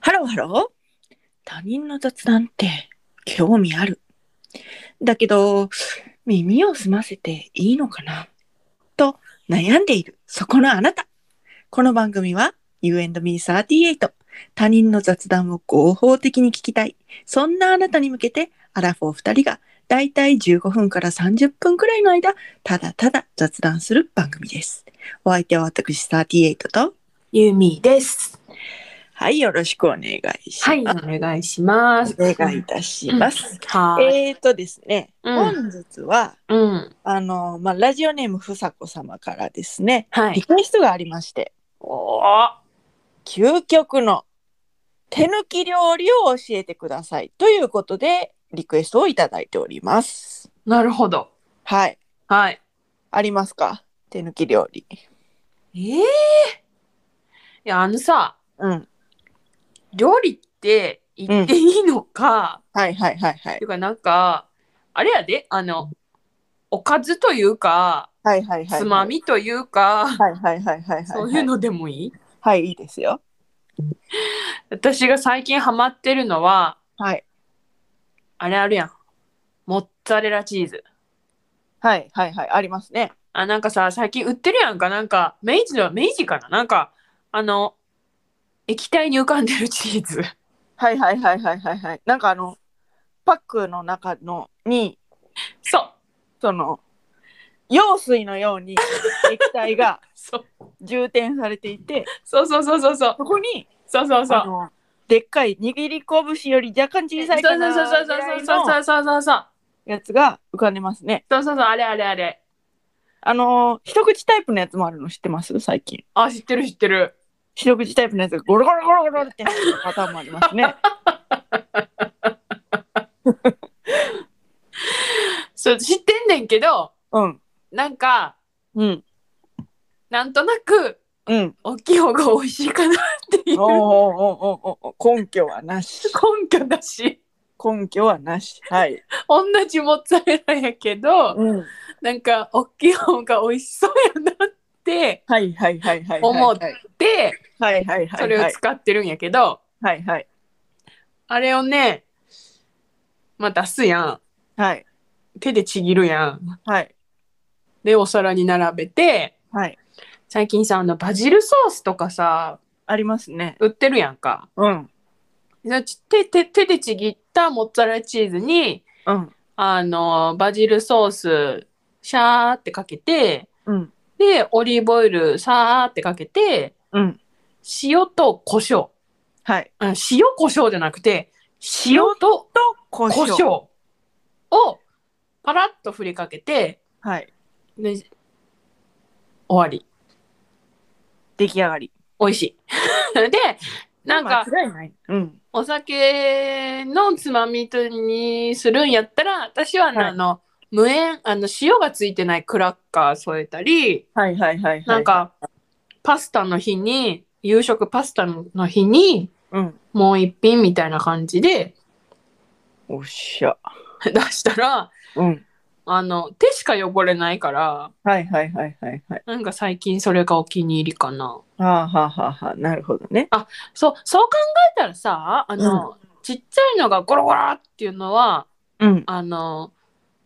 原他人の雑談って興味ある。だけど、耳を澄ませていいのかなと悩んでいる、そこのあなた。この番組は You and me38。他人の雑談を合法的に聞きたい。そんなあなたに向けて、アラフォー2人がだいたい15分から30分くらいの間、ただただ雑談する番組です。お相手は私38と、ゆみです。はい、よろしくお願いします。はい、お願いします。お願いいたします。はい。えーとですね、うん本日は、うん。あの、まあ、ラジオネームふさこ様からですね、はリい。クエストがありまして、お究極の手抜き料理を教えてくださいということで、リクエストをいただいております。なるほど。はい。はい。ありますか手抜き料理。ええいや、あのさ、うん。料理って言っていいのか、はいはいはいはっいてい。うかなんか、あれやで、あの、おかずというか、はいはいはい。つま。みというか、はいはいはいはいはい。そういう。のでもいいはい、いいですよ。私が最近ハマってるのは、はい。あれあるやん。モッツァレラチーズ。はいはいはい。ありますね。あ、なんかさ、最近売ってるやんか、なんか、明治の、明治かななんか、あの、液体に浮かんでるチーズ。 はいはいはいはいはいはい。なんかあの、パックの中のに、そう、その、用水のように液体がそう、充填されていて、そうそうそうそうそう、そこに、そうそうそう。あのでっかい握り拳より若干そう小そさういかなそうそうぐらいそうそのうそうそうそうそうやつが浮かんでますね。そうそうあれあれあれあのー、一口タイプのやつもあるの知ってます最近。あ知ってる知ってる一口タイプのやつがゴロゴロゴロゴロって入ってるパターンもあります ね。そう知ってんねんけどうん。なんかうん。なんとなくうん。大きい方が美味しいかなっていうおーおーおーおーおー根拠はなし。根拠だし根拠はなし。はい。同じモッツァレラやけどうん。なんか大きい方が美味しそうやなってはいはいはいはいはい。思っはいではいはいはい。それを使ってるんやけど、はいはい。あれをねまあ出すやはいん手でちぎるやんはいでお皿に並べてはい。最近さあのバジルソースとかさありますね。売ってるやんかうん。でち手手手でちぎったモッツァレラチーズにうん。あのバジルソースシャーってかけてうん。でオリーブオイルさーってかけてうん。塩と胡椒はい。あ塩胡椒じゃなくて塩とと、胡胡椒をパラッと振りかけてはい。で終わり出来上がり。美味しい でなんか間違いない。うん。お酒のつまみとにするんやったら私はね、はいあの無塩あの塩がついてないクラッカー添えたりはいはいはいはい。なん、かパスタの日に夕食パスタの日にうん。もう一品みたいな感じで おっしゃ。出したらうん。あの手しか汚れないからはいはいはいはいはい。なんか最近それがお気に入りかな。はあはあはあはあ。なるほどね。そうそう考えたらさあの、ちっちゃいのがゴロゴロっていうのはうん。あの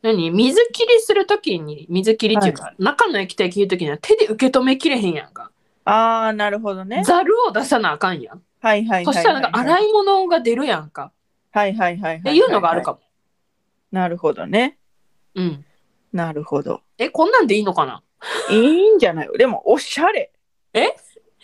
何水切りするときに水切りっていうか、中の液体切るときには手で受け止めきれへんやんかああ、なるほどね。ざるを出さなあかんやん、はいはいはいはい。そしたらなんか洗い物が出るやんか、はいはいはい。っっていうのがあるかも、なるほどね。うんなるほど。えこんなんでいいのかないいんじゃないでも、おしゃれ。え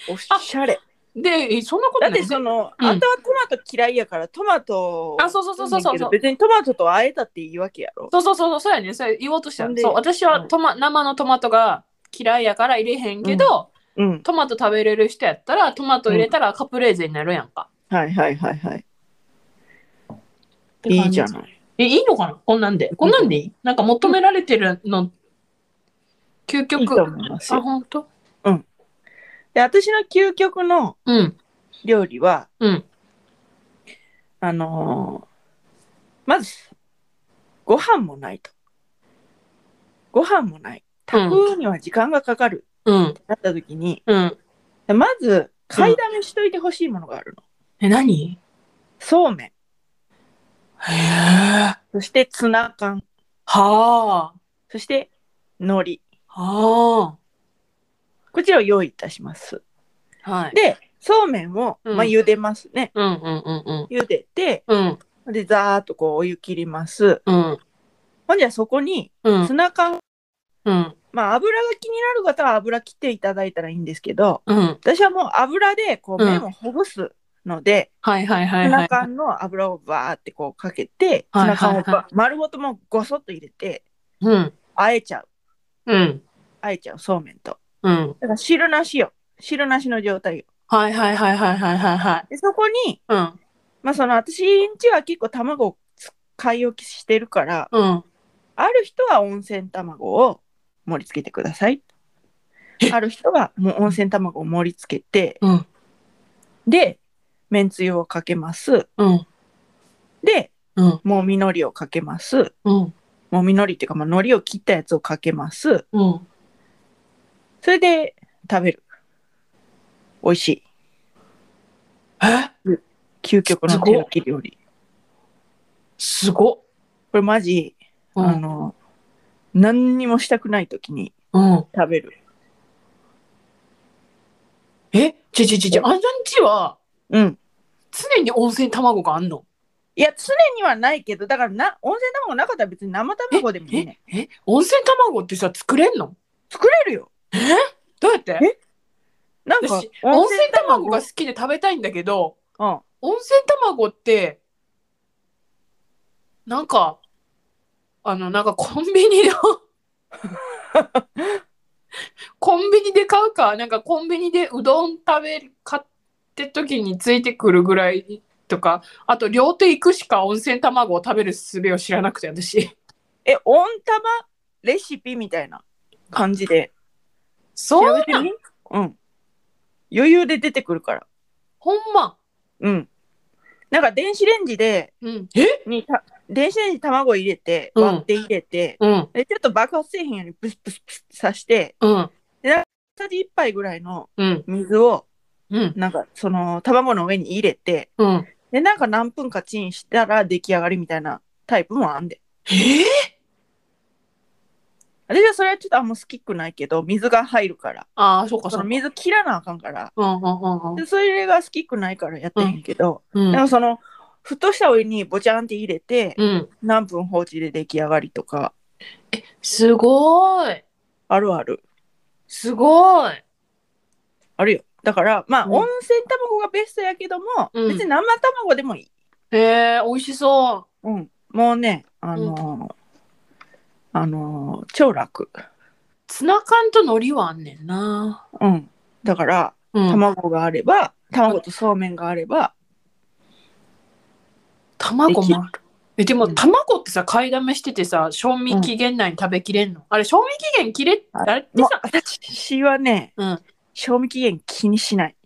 おしゃれ。でえそんなことだなっいてその、うんあんたはトマト嫌いやからトマトあそうそうそうそうそうそう別にトマトとあえたっていいわけやろそうそうそうそうそうやねそれ言おうとしたほんのでそう私はトマ、生のトマトが嫌いやから入れへんけど、うんトマト食べれる人やったらトマト入れたらカプレーゼになるやんか、はいはいはいはいってい感いじゃいないえいいのかなこんなんでこんなんでいい、なんか求められてるの究極いいと思いますあ、よ本当？で私の究極のうん。料理はうん。あのーまずご飯もないとご飯もない炊くには時間がかかるうんっ。てなった時に、うん。まず買いだめしといてほしいものがあるの、え、何そうめんへえ。そしてツナ缶はあ。そして海苔はこちらを用意いたしますあ。はい。でそうめんを、うんまあ、茹でますね、うんうんうんうん。茹でてうんでザーッとこうお湯切りますうんほんじゃそこにうんツナ缶うんまあ油が気になる方は油切っていただいたらいいんですけどうん。私はもう油でこううん麺をほぐすので、はいはいはいツはナい。缶の油をバーってこうかけて、はいはいツナ缶をはば丸ごともうごそっと入れてうんあえちゃううんあえちゃうそうめんとうん。だから汁なしよ汁なしの状態よはいはいはいはいはいはいはい。でそこにうんまあその私んちは結構卵を使い置きしてるからうん。ある人は温泉卵を盛り付けてくださいある人はもう温泉卵を盛り付けてうんでめんつゆをかけますうんでうんもみのりをかけますうんもみのりっていうか、まあ、のりを切ったやつをかけますうん。それで食べる美味しいえ究極の手抜き料理すごっ。これマジうあんの、何にもしたくないときにうん。食べる。えちょちょちょちょ、あんたんちはうん。常に温泉卵があんのいや、常にはないけど、だからな、温泉卵なかったら別に生卵でもいいね。え温泉卵ってさ、作れんの作れるよ。どうやってえなんか、私、温泉卵が好きで食べたいんだけど、うん。温泉卵って、なんか、あの、なんかコンビ ニの、コンビニで買うか、なんかコンビニでうどん食べる、買って時についてくるぐらいとか、あと両手行くしか温泉卵を食べる術を知らなくて、私。え、温玉レシピみたいな感じで。そう調べてみうん。余裕で出てくるから。ほんま。うん。なんか電子レンジで、うん。えにた電子レンジに卵入れて、うん割って入れて、うん。でちょっと爆発せえへんようにプスプスプスって刺して、うん。さじ1杯ぐらいのうん。水をうん。なんかその卵の上に入れてうん。でなんか何分かチンしたら出来上がりみたいなタイプもあんでえー私はそれはちょっとあんま好きくないけど水が入るからああ、そうか、そそのうか。水切らなあかんからうんうんうんでそれが好きくないからやってへんけど、うん。でもそのふとしたお湯にぼちゃんって入れてうん。何分放置で出来上がりとかすごーい。あるあるすごーい。あるよだからまあ、うん温泉卵がベストやけども、うん別に生卵でもいい、えー、美味しそうん、もうねあのーあのー超楽う。ツナ缶と海苔はあんねんな。うんだからうん。卵があれば卵とそうめんがあれば卵もある。え、でもうん卵ってさ、買いだめしててさ、賞味期限内に食べきれんの、あれ、賞味期限切れ、ああれってもうさ、私はね、うん賞味期限気にしない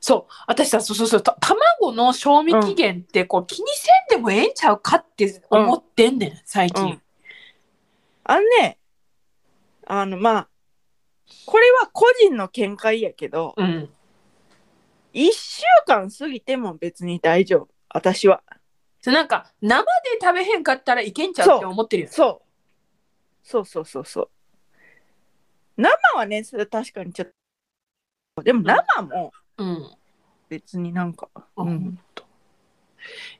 そう、私さ、そうそうそう、た卵の賞味期限ってこう、気にせんでもええんちゃうかって思ってんねん、最近。うんあのねあのまあこれは個人の見解やけどうん。 1週間過ぎても別に大丈夫私はそうなんか、生で食べへんかったらいけんちゃうって思ってるよ。そうそうそうそうそう生はねそれ確かにちょっとでも生もうん。別になんか、あうん、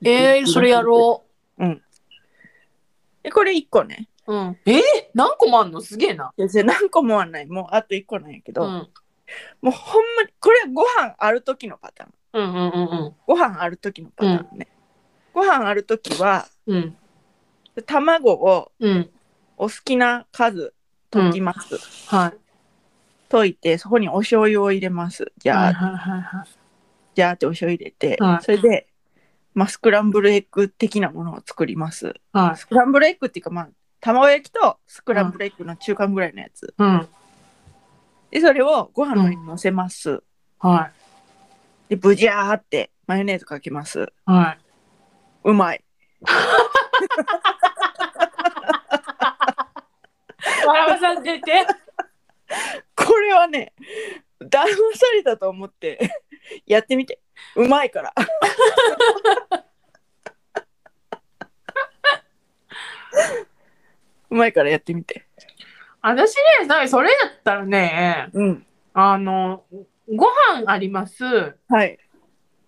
えー、それやろうこれ1個ねう。うん。えー、何個もあんのすげえな。別に何個もはないもうあと1個なんやけうど、ん。もうほんまにこれはご飯ある時のパターンうんうんうんご飯ある時のパターンね、ご飯ある時はうん。うん。卵をうん。お好きな数溶きます、はい。溶いてそこにお醤油を入れますじゃあ、はいはいはいはい。じゃあってお醤油入れて、はいそれで、まあ、スクランブルエッグ的なものを作りますはい。スクランブルエッグっていうかまあ卵焼きとスクランブルエッグの中間ぐらいのやつうん。でそれをご飯の上に乗せます、はでブジャーってマヨネーズかけますい。はい。うまいわらわさん出て。これはね騙されたと思ってやってみてうまいからうまいからやってみて。 私ね、なんかそれやったらね、うん。あの、ご飯あります。はい。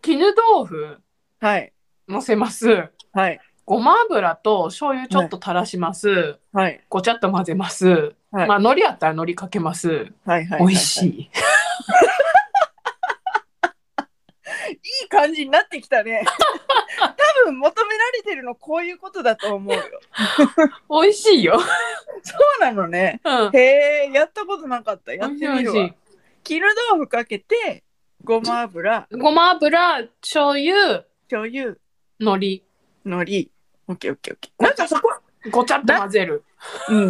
絹豆腐はい。乗せます。はい。ごま油と醤油ちょっと垂らします。はい。ごちゃっと混ぜます。はいまあ、海苔あったら海苔かけます。はい。はい。美味しい。い。いい感じになってきたね。多分求められてるのこういうことだと思うよ。美味しいよ。そうなのね。うん。へえ、やったことなかった。やってみ美味るしわ。絹豆腐かけて、ごま油、い。ごま油、醤油、醤油、海苔。海苔。オッケーオッケーオッケー。なんかそこ、ごちゃっと混ぜる。うん。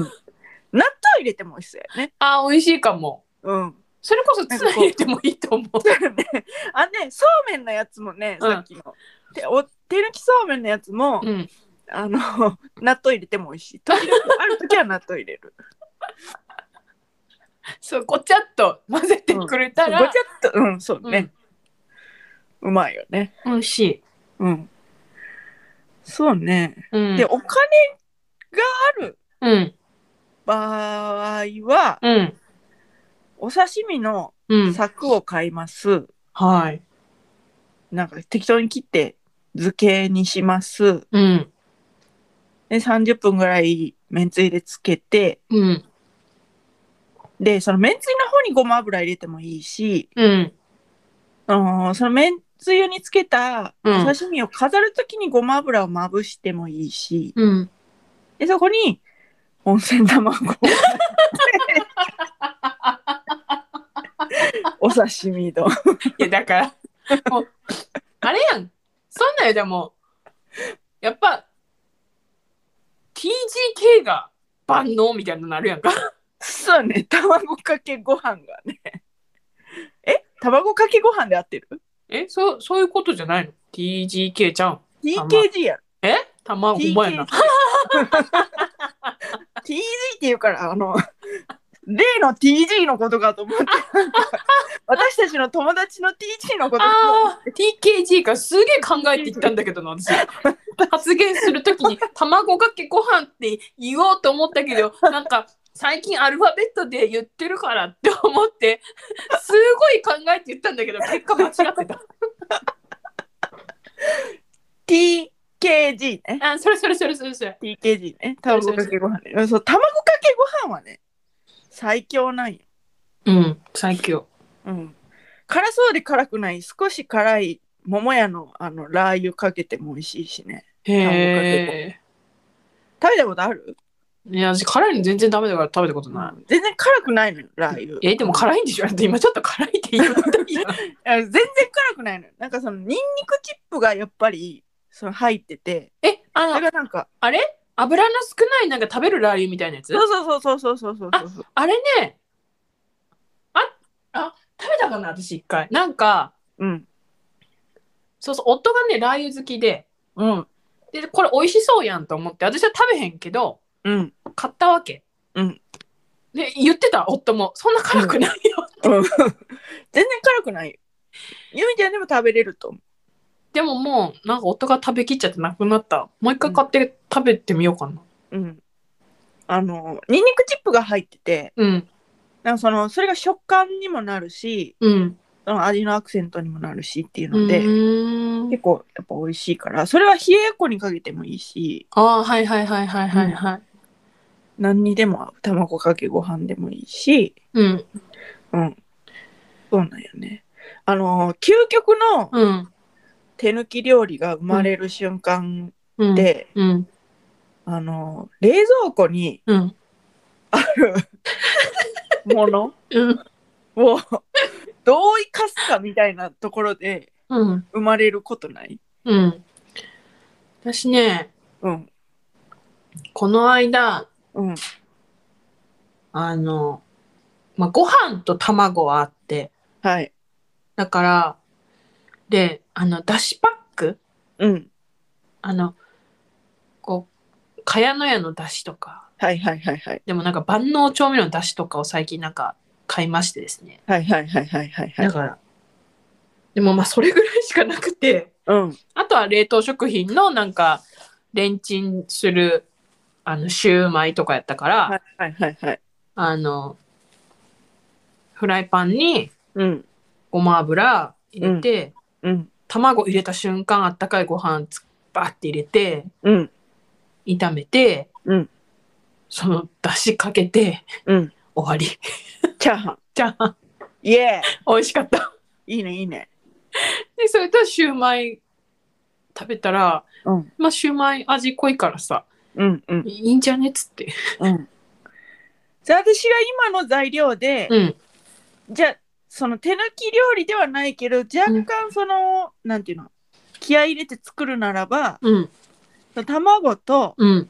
納豆入れても美味しそうやね。あー、美味しいかも。うん。それこそツナ入れてもいいと思う。 あね、そうめんのやつもね、うんさっきの。てお手抜きそうめんのやつも、うん。あの 納豆入れても美味しい。時々ある時は納豆入れる。そう、ごちゃっと混ぜてくれたごちら。ゃっと、うん、そうね、うまいよね。うん。美味しい。うん。そうね。うん。で、お金うん。場合は、うん。お刺身のうん。柵を買います。はい。なんか適当に切って漬けにします。うん。で、30分ぐらいめんつゆでつけて、うん。で、そのめんつゆの方にごま油入れてもいいし、うん。あのーそのめんつゆにつけたおうん刺身を飾るときにごま油をまぶしてもいいし、うん。でそこに温泉 卵をお刺身丼いや、だから、もう、あれやん。そんなんやでも、やっぱ、TGK が万能みたいなのなるやんか。そうね卵かけご飯がねえ卵かけご飯で合ってるえ、そう、そういうことじゃないの ?TGK ちゃん。 ?TKG やろえ卵、ほん TKG まやな。 TG っていうからあの例の TG のことかと 思ってなんか私たちの友達の TG のことかと思ってあー TKG かすげえ考えていったんだけどな私発言するときに卵かけご飯って言おうと思ったけどなんか最近アルファベットで言ってるからって思ってすごい考えて言ったんだけど結果間違ってた TKG ね。あそれそれそれそれそれ TKG ね。卵かけご飯ね。うんそう、卵かけご飯はね、最強なんよ。うん最強うん。辛そうで辛くない、少し辛い桃屋のあのラー油かけても美味しいしね。へ食べたことある、えいや私辛いの全然ダメだから食べたことない全然辛くないのよ、ラー油。えでも辛いんでしょだって今ちょっと辛いって言ったじゃんあ全然辛くないのよ。なんかその、ニンニクチップがやっぱり、その入ってて、 えそれあのがなんか、油の少ないなんか食べるラー油みたいなやつそうそうそうそうそうそうそうそう。あれね、あ、あ、食べたかな、私一回。なんか、うん。そうそう、夫がね、ラー油好きで、うん。で、これ美味しそうやんと思って、私は食べへんけど、うん。 買ったわけ。うん。で、言ってた、夫も、そんな辛くないよ。うん全然辛くないよ。ゆみちゃんでも食べれると思う。でももう、なんか夫が食べきっちゃってなくなった。もう一回買って食べてみようかな。うん。あの、ニンニクチップが入ってて、うん、なんかその、それが食感にもなるし、うん。その味のアクセントにもなるしっていううので、ーん結構やっぱ美味しいから、それは冷えやっこにかけてもいいし、あーはいはいはいはいはいはい。何にでも合う。卵かけご飯でもいいし、うん、うん。そうなんよね。あの、究極のうん、手抜き料理が生まれる瞬間うん。、で、うん、あの、冷蔵庫にうん、あるものうん、をどう生かすかみたいなところで、うん、生まれることないうん。私ね、うんこの間、うんあの、まあ、ご飯と卵はあって、はいだから、で、あの、だしパックうんあの、こう、かやのやのだしとか、はいはいはいはいでもなんか万能調味料のだしとかを最近なんか買いましてですね。はいはいはいはいはいはだいから、でもまあそれぐらいしかなくて、うんあとは冷凍食品のなんか、レンチンするあの、シューマイとかやったから、はいはいはいはい。あの、フライパンにうん。ごま油入れて、うん。卵入れた瞬間、あったかいご飯つバーって入れて、うん。炒めて、うんその、だしかけて、うん。終わり。 チャーハン。じゃあ、イエ美味しかった。ーイいいねいいね。で、それとシューマイ食べたら、うん。まあ、シューマイ味濃いからさ、うんうんいいんじゃねっつって。うん。じゃあ私は今の材料で、うん。じゃあその手抜き料理ではないけど若干その、なんていうの気合い入れて作るならばうん。卵と,、うん。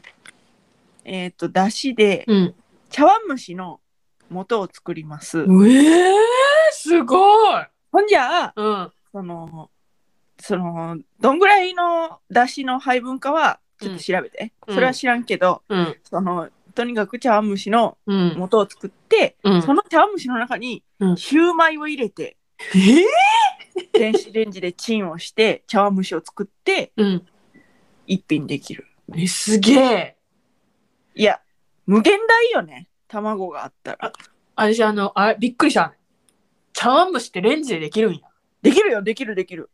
えー、とだしでうん。茶碗蒸しの素を作ります。ええー、すごい。ほんじゃあうん。そのそのどんぐらいのだしの配分かはちょっと調べて、うんそれは知らんけど、うん。そのとにかく茶碗蒸しのうん。素を作って、うんその茶碗蒸しの中にうんシューマイを入れて、えー電子レンジでチンをして茶碗蒸しを作ってうん。一品できるえ、すげえ。いや無限大よね卵があったら私、あの、あれ、びっくりした。茶碗蒸しってレンジでできるんや。できるよできるできる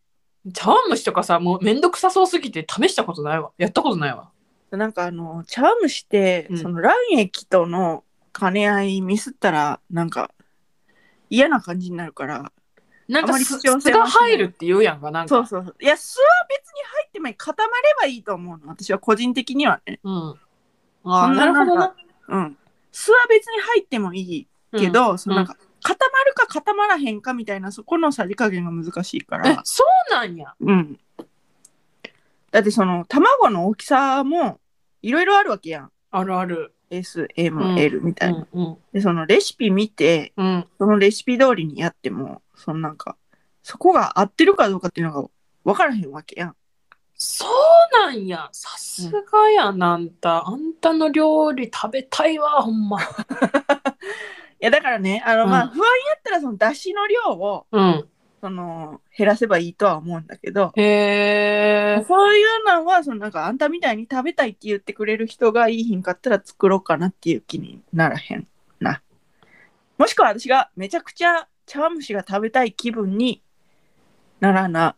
茶碗蒸しとかさ、もうめんどくさそうすぎて試したことないわ。やったことないわ。なんかあの茶碗蒸しって、うんその卵液との兼ね合いミスったらなんか嫌な感じになるからなんかあまりす、口を酢狭くながい入るって言うやんか、なんか。そうそうそういや酢は別に入ってもいい固まればいいと思うの私は個人的にはねうん。ああ、そんななるほどなんなか。うん酢は別に入ってもいいけど、そのなんか固まるか固まらへんかみたいなそこのさじ加減が難しいかうん、え ら、そうなんや。うん。だってその卵の大きさもいろいろあるわけやん。あるある。 S、う M、ん L みうたいな。んうん。で、そのレシピ見て、うん。そのレシピ通りにやっても、そのなんか、そこが合ってるかどうかっていうのが分からへんわけやん。そうなんや。さすがやな、あんた。あんたの料理食べたいわ、ほんま。いや、だからね、あの、うんまあ、不安やったら、その、だしの量を、うん。その、減らせばいいとは思うんだけど、へえ。そういうのは、その、なんか、あんたみたいに食べたいって言ってくれる人がいい品買ったら作ろうかなっていう気にならへんな。もしくは私がめちゃくちゃ茶碗蒸しが食べたい気分にならな、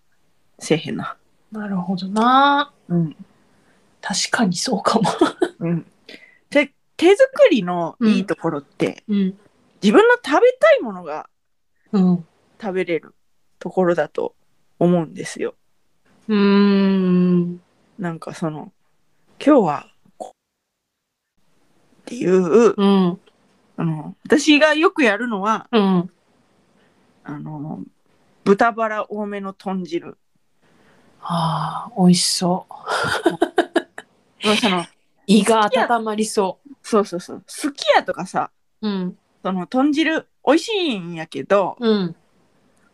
せえへんな。なるほどな。うん。確かにそうかも。うん。で、手作りのいいところって、うん。自分の食べたいものがうん。食べれるところだと思うんですよ。うーん。なんかその、今日は、こっていう、うん。あの、私がよくやるのは、うん。あの、豚バラ多めの豚汁。ああ、美味しそう。もうその、胃が温まりそそうそうそう。すき家とかさ、う。うん。その豚汁、美味しいんやけど、うん。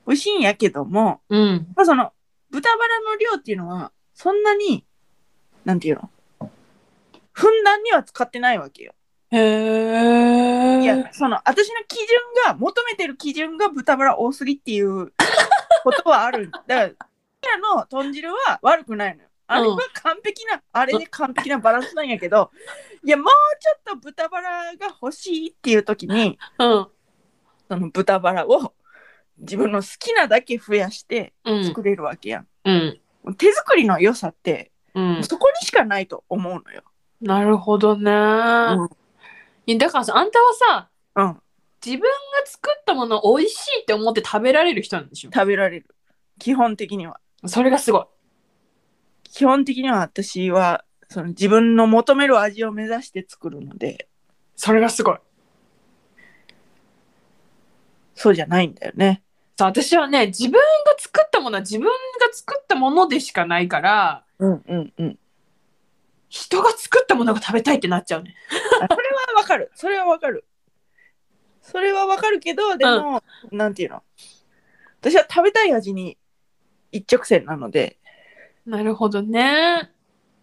美味しいんやけども、うん。まあその、豚バラの量っていうのは、そんなに、なんていうのふんだんには使ってないわけよ。へえ。いや、その、私の基準が、求めてる基準が豚バラ多すぎって いうことはある。だから、僕らの豚汁は悪くないのよ。あれは完璧な、あれで完璧なバランスなんやけど、いや、もうちょっと豚バラが欲しいっていう時に、うん。その豚バラを自分の好きなだけ増やしてうん。作れるわけやん。うん。手作りの良さって、うん。そこにしかないと思うのよ。なるほどね。うんいやだからさ、あんたはさ、うん、自分が作ったものを美味しいって思って食べられる人なんでしょ食べられる。基本的には。それがすごい。基本的には私はその自分の求める味を目指して作るのでそれがすごい。そうじゃないんだよね。さ私はね、自分が作ったものは自分が作ったものでしかないから、うんうんうん。人が作ったものが食べたいってなっちゃうね。あそれはわかる。それはわかる。それはわかるけどでも、なんていうの私は食べたい味に一直線なのでなるほどね。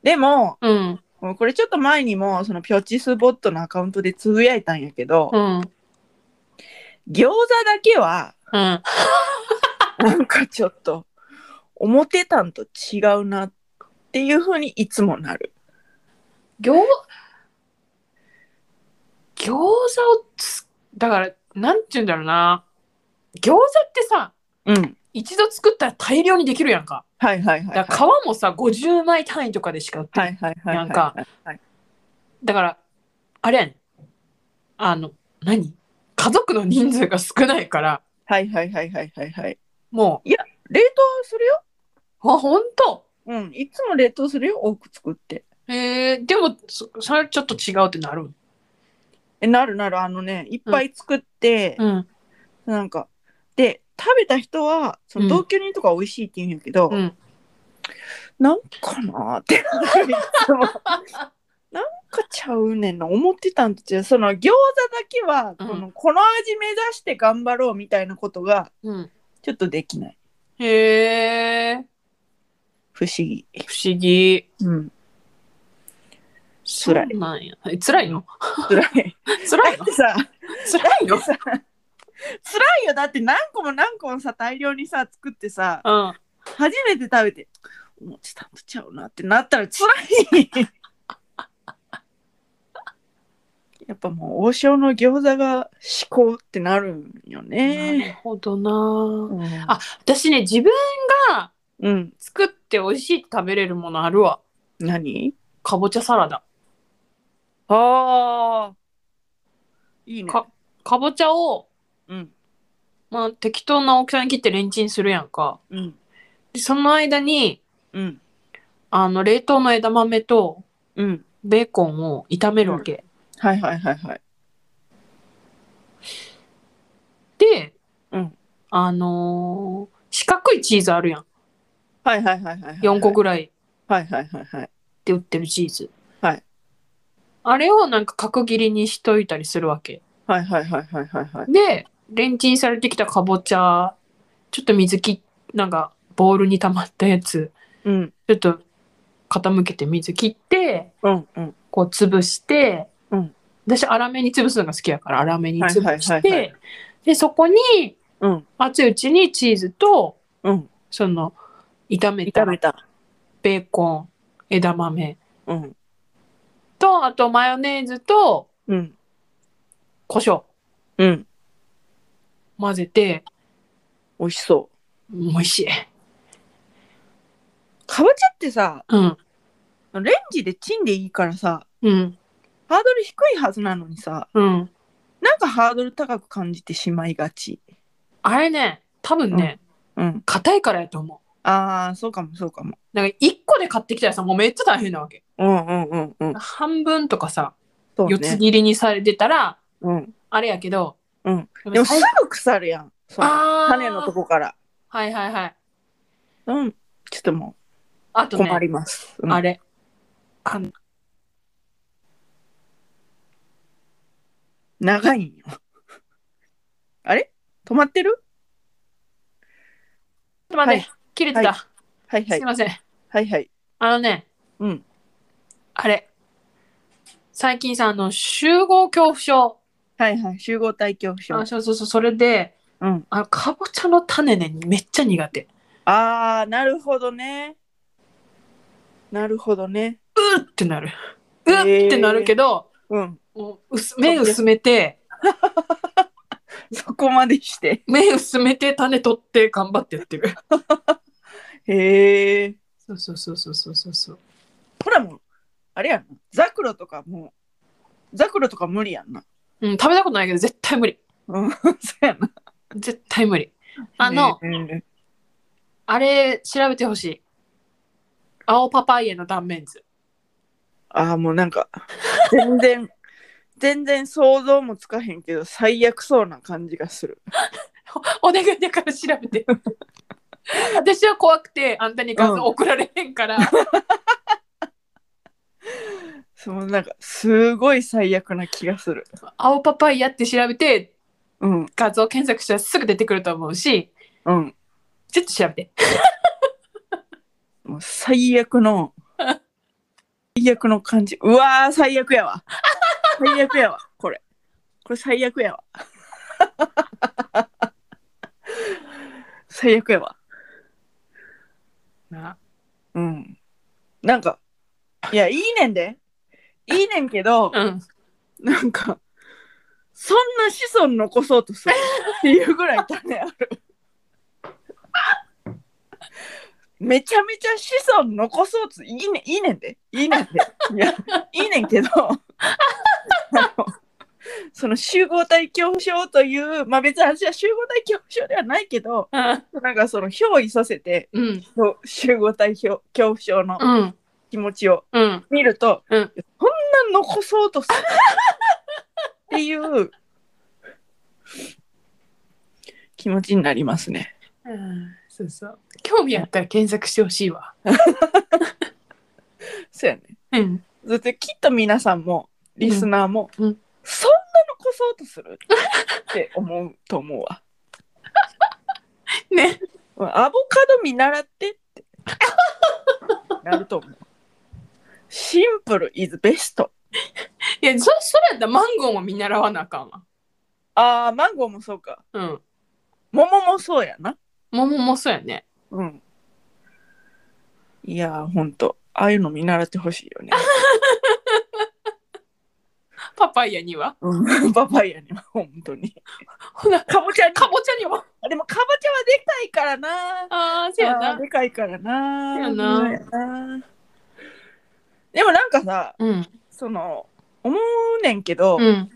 でもうん。もうこれちょっと前にもそのピョチスボットのアカウントでつぶやいたんやけど、うん。うん。餃子だけはなんかちょっと思ってたんと違うなっていうふうにいつもなる。餃餃子をつだからなんて言うんだろうな餃子ってさうん。一度作ったら大量にできるやんかはいはいはい。だから皮もさ50枚単位とかでしか売ってないはいはいはいはい。なんかはい、だからあれやねんあの何家族の人数が少ないからはいはいはいはいはいはい。も冷凍するよ。うあ本当うん。いつも冷凍するよ。多く作って。えー、でもそそれちょっと違うってなるえ、なるなる。あのね、いっぱい作って、うんなんか、で、食べた人は、そのうん同居人とかは美味しいって言うんやけど、うんなんかなーって、い つもなんかちゃうねんな、思ってたんと違う。その餃子だけは、うんこの、この味目指して頑張ろうみたいなことが、うんちょっとできない。へえ不思議。不思議うん。そ辛いうなんやえ辛いの辛い。辛だいのってさ、 辛いのさ辛いよ。だって何個も何個もさ、大量にさ、作ってさ、うん初めて食べて、思ってたんとちゃうなってなったら辛 い。やっぱもう王将の餃子が至高ってなるんよなね。るほどなうん、あ私ね自分がうん。作って美味しいって食べれるものあるわ何かぼちゃサラダああ。いいね。かかぼちゃを、うん。まあ、適当な大きさに切ってレンチンするやんかうん。でその間にうん。あの冷凍の枝豆とうん。ベーコンを炒めるわけ、はいはいはいはい。で、うんあのー四角いチーズあるやんはいはいはいはい。 4個ぐらいはいはいはいはい。で売ってるチーズはいあれをなんか角切りにしといたりするわけはいはいはいはいはいはい。でレンチンされてきたかぼちゃちょっと水きなんかボウルに溜まったやつうん。ちょっと傾けて水切ってうんうん。こう潰して、うん私粗めに潰すのが好きやから粗めに潰して、はいはいはいはいでそこにうん。熱いうちにチーズとうん。その炒めた炒めた。ベーコン枝豆うん。とあとマヨネーズとうん。胡椒うん。混ぜて美味しそう。美味しい。かぼちゃってさうんレンジでチンでいいからさうんハードル低いはずなのにさうんなんかハードル高く感じてしまいがちあれね多分ね、うん硬いからやと思う。ああそうかもそうかもなんか1個で買ってきたらさ、もうめっちゃ大変なわけ。うんうんうんうん半分とかさ、そう四つね切りにされてたら、うんあれやけど、うんででもす最後ぐ腐るやんそのあー種のとこからはいはいはい。うんちょっともあうとね、困ります、うんあれ。あの長いんよあれ止まってるちょっと待って、は切れてた、ははいはすいいません。はいはいあのね、うんあれ。最近さ、あの、集合恐怖症。はいはい集合体恐怖あ症そうそうそう、それで、うんあの、かぼちゃの種ね、めっちゃ苦手。ああなるほどねなるほどねうーってなる。うーってなるけど、うん もう薄目薄めて、そこまでして目薄めて種取って頑張ってやってる。へえ。そうそうそうそうそうそうそう。ほらもう、あれやんな。ザクロとかもう、ザクロとか無理やんな。うん、食べたことないけど絶対無理。うん、 そうやな。絶対無理。あの、うんあれ調べてほしい。青パパイエの断面図。ああ、もうなんか、全然、 全然想像もつかへんけど、最悪そうな感じがする。おお願いだから調べ て。私は怖くてあんたに画像うん送られへんから、そのなんか、すごい最悪な気がする。青パパイヤって調べてうん、画像検索したらすぐ出てくると思うし、うん。ちょっと調べて。もう最悪の、最悪の感じ。うわー、最悪やわ。最悪やわ、これ。これ最悪やわ。最悪やわ。なうん。なんか、いや、いいねんで。いいねんけど、うん。なんか、そんな子孫残そうとするっていうぐらい種ある。めちゃめちゃ子孫残そうといいねいいねんでいいねんでいやいいねんけどあのその集合体恐怖症というまあ別に私は集合体恐怖症ではないけどなんかその憑依させてうん。そう集合体恐怖症のうん。気持ちをうん。見ると、うそんんな残そうとするっていう気持ちになりますね。うん。そうそう。興味あったら検索してほしいわ。そうやね。うん。だってきっと皆さんもリスナーも、うんうんそんな残そうとするって思うと思うわ。ね。アボカド見習ってってなると思う。シンプルイズベスト。いや、そ、それやったらマンゴーも見習わなあかんわ。ああ、マンゴーもそうか。うん。桃もそうやな。桃もそうやね。うん。いやー、ほんと。ああいうの見習ってほしいよね。パパイヤには。うん、 パパイヤには、ほんとに。ほな、かぼちゃに。かぼちゃには。あでも、かぼちゃはでかいからな。ああ、そうやあーな。でかいからな。そうやなそうやなでもなんかさ、うん。その、思うねんけど、うん。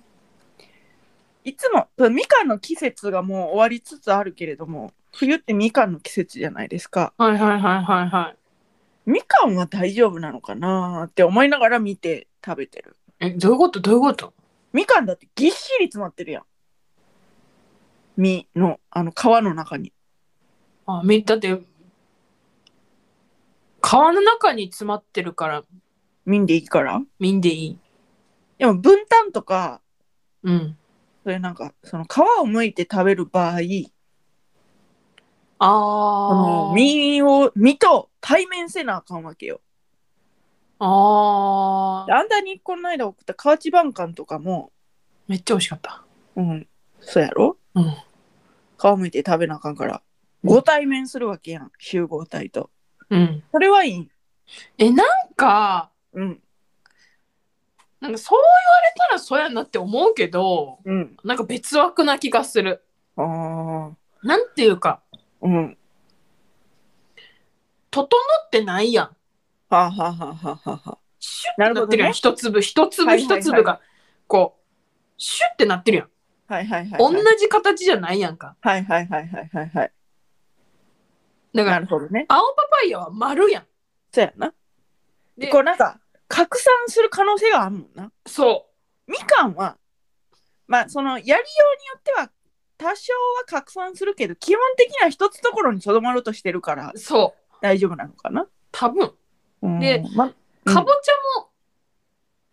いつも、そのみかんの季節がもう終わりつつあるけれども、冬ってみかんの季節じゃないですか。はいはいはいはいはい。みかんは大丈夫なのかなーって思いながら見て食べてる。え、どういうことどういうことみかんだってぎっしり詰まってるやん。実の、あの皮の中に。あ、み、だって、皮の中に詰まってるから、実でいいから。みんでいい。でも分担とか、うん。それなんか、その皮を剥いて食べる場合、ああのあ。実を、実と対面せなあかんわけよ。あであ。あんたにこの間送った河内晩柑とかも、めっちゃ美味しかった。うん、そうやろうん。皮剥いて食べなあかんから、ご対面するわけやん、集合体と。うん。それはいいん。え、なんか、うん、なんかそう言われたらそうやなって思うけど、うん。なんか別枠な気がする。ああ、なんていうか、うん。整ってないやん。はあ、はあはあはあはあ、シュなッるてなほっどてるやん。ね一粒一は粒いはいはい一粒が、こう、シュッてなってるやん。はいはいはい、はい。同じ形じゃないやんか。はいはいはいはいはいはい。だかなら、るほどね。青パパイヤは丸やん。そうやな。でこうなんか拡散する可能性があるもんな。そみかんはまあそのやりようによっては多少は拡散するけど基本的には一つところにとどまろうとしてるからう、そう、大丈夫なのかな。多分。うんで、ま、うんかぼちゃも、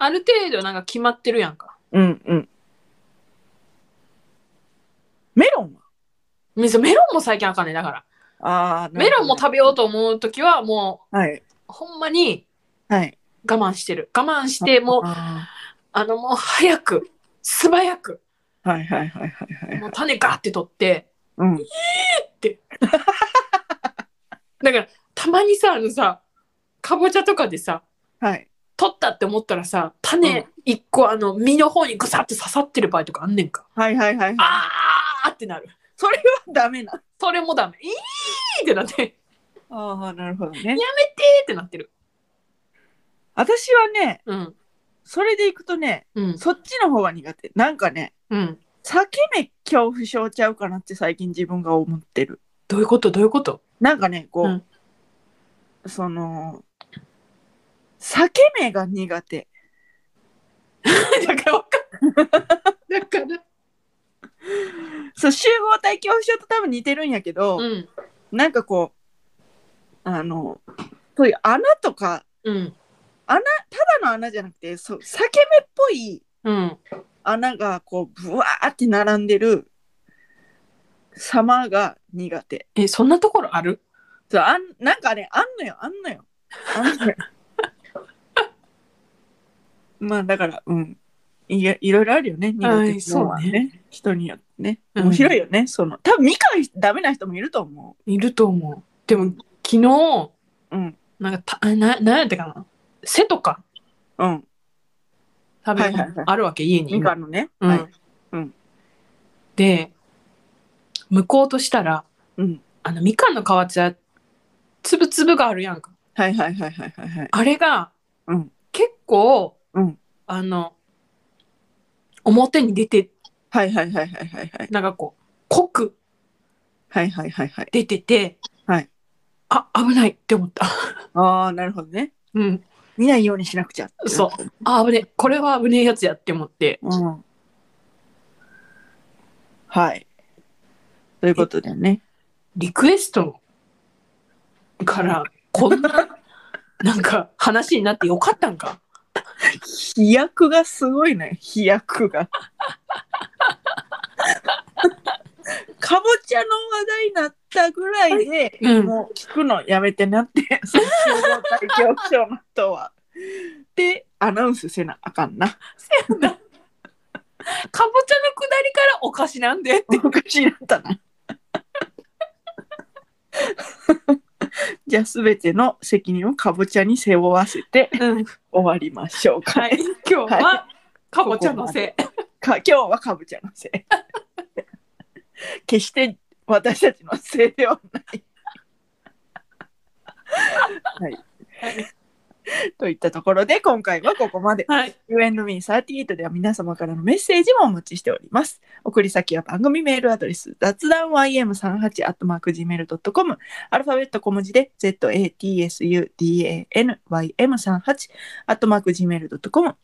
ある程度なんか決まってるやんか。うんうん。メロンはメメロンも最近あかんねんだから。あーなメるほどロンも食べようと思うときは、もはい。う、ほんまにはい。我慢してる。我慢して、もう、ああの、もう早く、素早く、ーはいはいはいはいはいもはうい。種ガーって取って、うん。だから、たまにさ、あのさ、かぼちゃとかでさ、はい。取ったって思ったらさ、種一個、あの、実の方にグサって刺さってる場合とかあんねんか。はいはいはいはい。あーってなる。それはダメな。それもダメ。いーってなって、えーああ、なるほどね。ってなってる。私はね、うん。それでいくとね、うん。そっちの方が苦手。なんかね、うん。裂け目恐怖症ちゃうかなって最近自分が思ってる。どういうことどういうこと なんかね、こう、うんその、裂け目が苦手。だからわかる。だから。そう、集合体恐怖症と多分似てるんやけど、うん。なんかこう、あの、そういう穴とか、うん。ただの穴じゃなくて、そう、裂け目っぽいうん。穴がこう、ブワーって並んでる様が苦手。え、そんなところあるそうあんなんかねあんのよあんのよあんのよまあだからうんいやいろいろあるよね苦手っていうのはね,、はいそう人によってねうん面白いよね、その多分みかんダメな人もいると思いると思う。でも、昨日、ううんなんかた、あな、なんやったかな背とかうん食べはいはいはいあるわけ、家に。みかんのね、うん。はいうんで剥こうとしたらうん。あのみかんの皮って粒々があるやんかはいはいはいはいはいはい。あれが、うん結構、うんあの表に出てはいはいはいはいはいはい。なんかこう濃くはいはいはいはい。出てて、はいあ危ないって思った。 ああ、なるほどね。うん、見ないようにしなくちゃ。そう。あ危ねえこれは危ねえやつやって思ってうん。はい。ということでね。リクエストからこんな なんか話になってよかったんか飛躍がすごいね。飛躍 が。かぼちゃの話題になったぐらいで、うんもう聞くのやめてなって、 その集合体恐怖症の人は。で、アナウンスせなあかんな。せやなかぼちゃのくだりからお菓子なんでおかしいなったな。 じゃあ全ての責任をかぼちゃに背負わせてうん終わりましょうか。はい、今日ははかぼちゃのせい。か今日はかぼちゃのせい。決して私たちのせいではない。はい。といったところで今回はここまで。はい、 You and me38 では皆様からのメッセージもお待ちしております。送り先は番組メールアドレス、雑談 ym38-gmail.com、アルファベット小文字で zatsudanym38-gmail.com、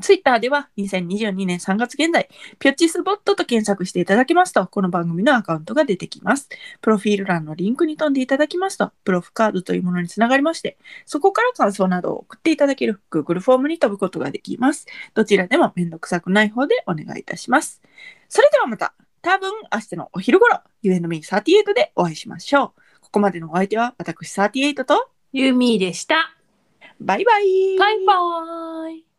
ツイッターでは2022年3月現在、ピョッチスボットと検索していただきますと、この番組のアカウントが出てきます。プロフィール欄のリンクに飛んでいただきますと、プロフカードというものにつながりまして、そこから感想などを送っていただける Google フォームに飛ぶことができます。どちらでもめんどくさくない方でお願いいたします。それではまた、多分明日のお昼頃、You and me38 でお会いしましょう。ここまでのお相手は私38と、ユーミーでした。バイバイバイバーイ。